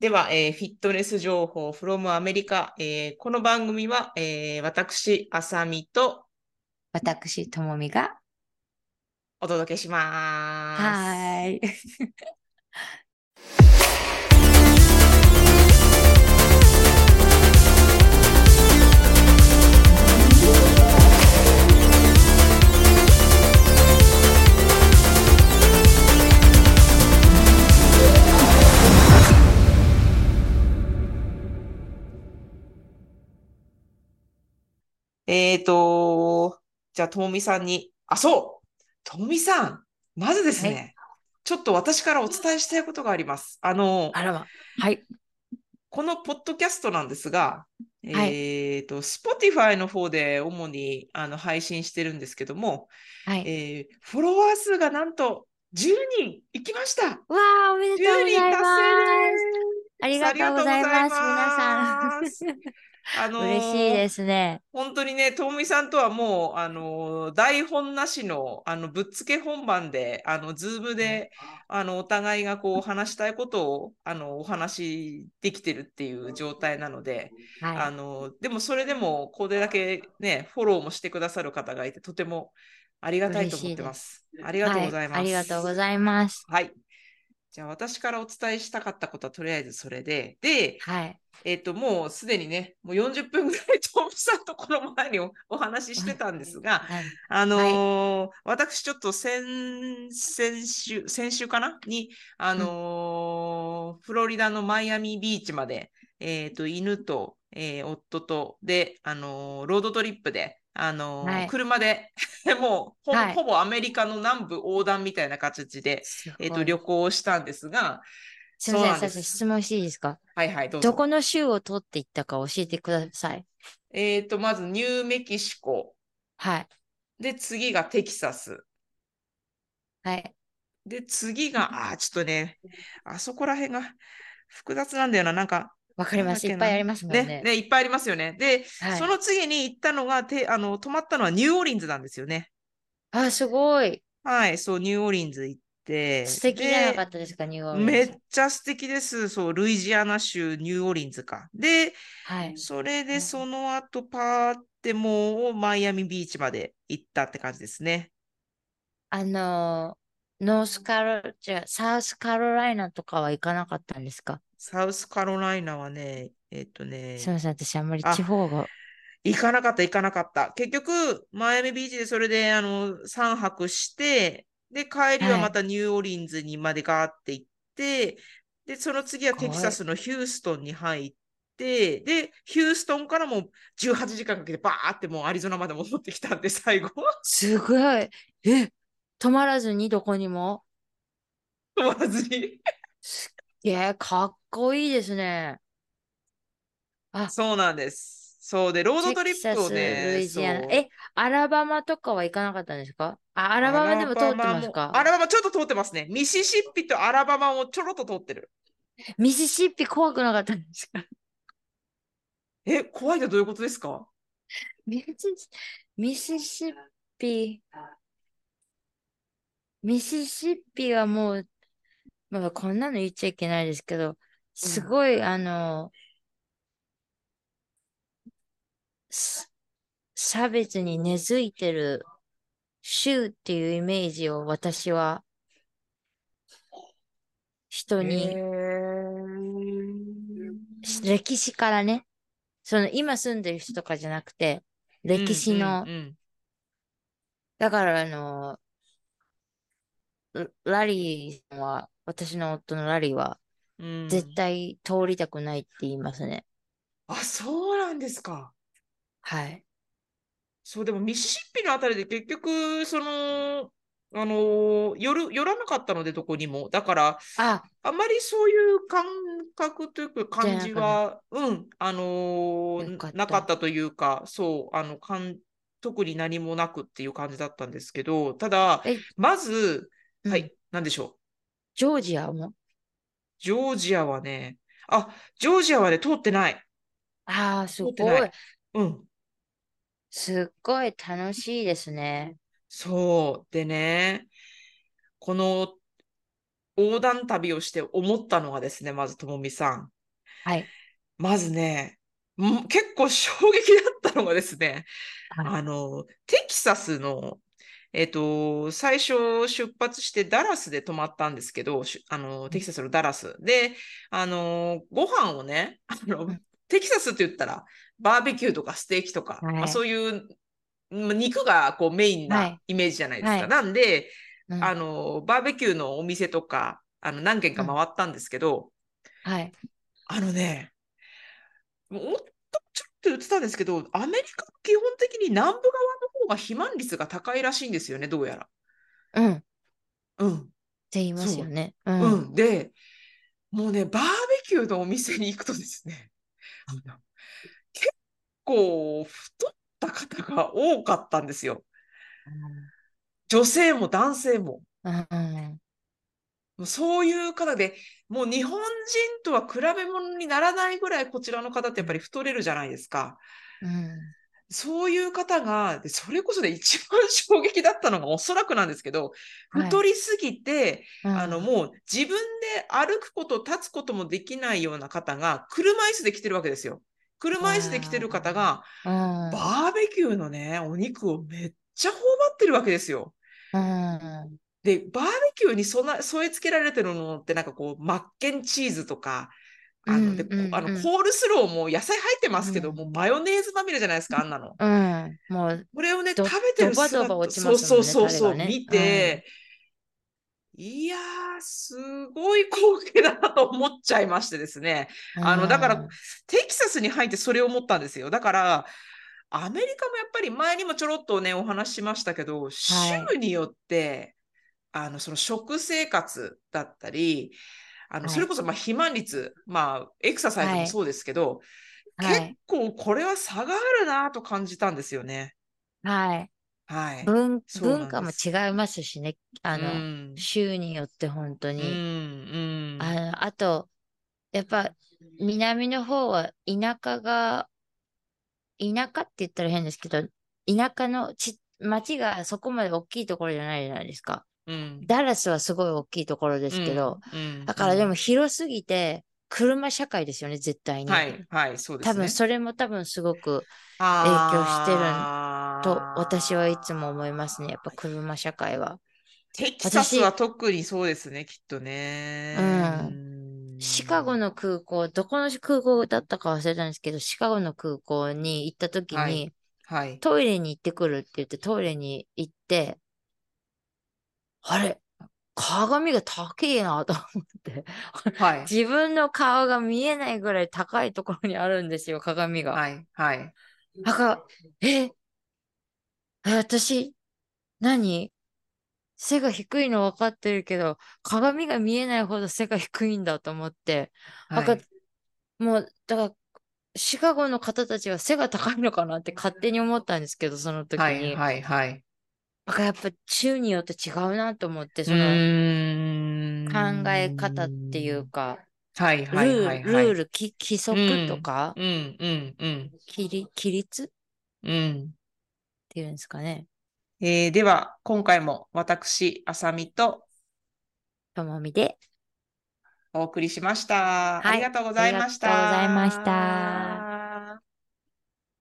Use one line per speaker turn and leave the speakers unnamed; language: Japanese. では、えーフィットネス情報 from アメリカ。えーこの番組は、えー私、あさみと
私、ともみが。
お届けします。
はーい。
えーと、じゃあ、ともみさんに、あ、そうともみさん、まずですね、
は
ちょっと私からお伝えしたいことがあります。あの、
あらま。はい。
このポッドキャストなんですが、
はい
えーと、Spotify の方で主にあの配信してるんですけども、
はい。
えーフォロワー数がなんと10人いきました
わあ、 おめでとうござ
!10 人
い
達
ます。
成です
ありがとうございます。
ありがとうござい
皆
ます
さん。
あのー
嬉しいですね。
本当にね、ともみさんとはもう、あのー台本なしの、あの、ぶっつけ本番で、あの、ズームで、あの、お互いがこう、話したいことを、あの、お話しできてるっていう状態なので、あ
は
の、でもそれでも、これだけね、フォローもしてくださる方がいて、とてもありがたいと思ってます。あり
い。
がとう
は
ございます。
ありがとうございます。
はい。じゃあ、私からお伝えしたかったことは、とりあえずそれで、で、
はい。
えっと、もうすでにね、もう40分ぐらい、トムさんとこの前におお話ししてたんですが、
はい
あのー私ちょっと先、先週、先週かなに、あのーフロリダのマイアミビーチまで、えっと、犬と、えー夫と、で、あのーロードトリップで、あのー
はい
車で、 もうほ、
はい
ほぼアメリカの南部横断みたいな形で、
すごい
えっと、旅行をしたんですが、
すみ
そうな
ませ
んん、
先
です
生、質問していいですか
はいはい、どうぞ。
どこの州を取っていったか教えてください。
えっと、まずニューメキシコ。
はい。
で、次がテキサス。
はい。
で、次が、あー、ちょっとね、あそこら辺が複雑なんだよな。なんか、
わかります。いっぱいありますもん
ね、
ね。
ね、いっぱいありますよね。で、
はい
そ。の次に行ったのが、て、あの、泊まったのはニューオーリンズなんですよね。
あ、すごい。
はい、そう、ニューオーリンズ行って。
素敵じゃな
で
かったですか、ニューオーリンズ。
めっちゃ素敵です。そう、ルイジアナ州ニューオーリンズか。で、
はい。
それ
う
で
ん
その後パーってもうマイアミビーチまで行ったって感じですね。
あのー、ノースカロ、じゃあサウスカロライナとかは行かなかったんですか
サウスカロライナはね、えっとね
す、みません、私あんまり
あ
地方が。
行かなかった、行かなかった。結局、マイアミビーチでそれであの3泊して、で、帰りははいまたニューオーリンズにまでガーって行って、で、その次は
すごい
テキサスのヒューストンに入って、で、ヒューストンからも18時間かけてバーってもうアリゾナまで戻ってきたんで、最後。
すごい。え、止まらずにどこにも。
止まらずに。
いや、かっこいいですね。
そうなんです。そうで、ロードトリ
テキ
ッ
サ
プを
ス、
ね、
ルイジアナ。
そう
え、アラバマとかは行かなかったんですかあ、アラバマでも通ってますか
アラバマちょっと通ってますね。ミシシッピとアラバマをちょろっと通ってる。
ミシシッピ怖くなかったんですか
え、怖いってどういうことですか
ミシシミシシッピ。ミシシッピはもう、まあ、こんなの言っちゃいけないですけど、すごい、あの、す差別に根付いてる州っていうイメージを私は人に、し歴史からね、その今住んでる人とかじゃなくて、歴史の、
うんうん
だからあの、ララリーは、私の夫のラリーは、
うんうん
絶対通りたくないって言いますね。
あ、そうなんですか。
はい。
そう、でもミシシッピのあたりで結局、その、あの、寄る、寄らなかったので、どこにも。だから、
あ、
あまりそういう感覚というか感じ
じゃな
は、うん、あのー
よかった
なかったというか、そう、あの、かん、特に何もなくっていう感じだったんですけど、ただ、
え、
まず、は
うん
い、なんでしょう。
ジョージアも。
ジョージアはね、あ、ジョージアはね、通ってない。
ああ、す
通
ご。
ってないい。うん。
すっごい楽しいですね。
そう。でね、この横断旅をして思ったのはですね、まずともみさん。
はい。
まずね、ん結構衝撃だったのがですね、
はい
あの、テキサスの、えっと、最初出発してダラスで泊まったんですけど、しあの、テキサスのダラス。で、あの、ご飯をね、 あ
う
の
ん、
テキサスって言ったら、バーベキューとかステーキとか、
はい
まあ、そういうまあ肉がこうメイン
は
ないイメージじゃないですか。
はい
なんで、
うん
あの、バーベキューのお店とか、あの、何軒か回ったんですけど、
はい。
あのね、もう夫もちょっと言ってたんですけど、アメリカは基本的に南部側の方が肥満率が高いらしいんですよね、どうやら。
うん。って
うん。
言いますよね。うん。
うん。で、もうね、バーベキューのお店に行くとですね、あの結構太った方が多かったんですよ。女性も男性も。
うん。うん。
もうそういう方で、もう日本人とは比べ物にならないぐらいこちらの方ってやっぱり太れるじゃないですか。
うん。
そういう方が、でそれこそね、一番衝撃だったのがおそらくなんですけど、
はい
太りすぎて、
うん
あの、もう自分で歩くこと、立つこともできないような方が、車椅子で来てるわけですよ。車椅子で来てる方が、
うん。
バーベキューのね、お肉をめっちゃ頬張ってるわけですよ。
うん。
で、バーベキューにそな添え付けられてるのって、なんかこう、マッケンチーズとか、あの、で、
うんうんうん
あのコールスローも野菜入ってますけど、
うん
もうマヨネーズまみれじゃないですか、あんなの。
うん。もう、
これをね、食
ど
べてる
ドバ
姿
ドバ落ち
そ
ま
う
すもん
そうそ
ね
うそう、
タレがね
見て、いやー、すごい光景だなと思っちゃいましてですね。あの、だから
うん、
テキサスに入ってそれを思ったんですよ。だから、アメリカもやっぱり前にもちょろっとね、お話ししましたけど、州によって、あの、その食生活だったり、あの、
はい
それこそ、まあ、肥満率、まあ、エクササイズ
は
も
い
そうですけど、
は
結
い。
構これは差があるなと感じたんですよね。
はい。
はい。
文、
そうなん
文化も
です
違いますしね。あ
う
の、
ん
州によって本当
うん
に。
うん
あの、あと、やっぱ、南の方は田舎が、田舎って言ったら変ですけど、田舎のち、町がそこまで大きいところじゃないじゃないですか。
うん
ダラスはすごい大きいところですけど、
うん
だからで
も、
も広すぎて、車社会ですよね、絶対に。
はい、はい、そうです
多
ね。
分それも多分すごく
影
響してると私はいつも思いますね。やっぱ車社会は。
テキサスは特にそうですね、きっとね。
うん
うん
シカゴの空港、どこの空港だったか忘れたんですけど、シカゴの空港に行った時に、
はいはい。
トイレに行ってくるって言って、トイレに行って、あれ鏡が高いなと 思って。
はい。
自分の顔が見えないぐらい高いところにあるんですよ、鏡が。
はい。はい。
だから、ええ私、何背が低いの分かってるけど、鏡が見えないほど背が低いんだと思って。だ
は
から
い。
もう、だから、シカゴの方たちは背が高いのかなって勝手に思ったんですけど、その時に。
はい。はい。はい。
だからやっぱ州によって違うなと思って、その
の
考え方っていう。か、
はい。
ル
はい。
ール、
はい。
ル
はい
ール、き規則とか、
うん。うん。うん。
規律規律っ
うん。
ていうんですかね。
えーでは、今回も私、あさみと
ともみで。
お送りしました。
はい
ありがとうございました。
ありがとうございました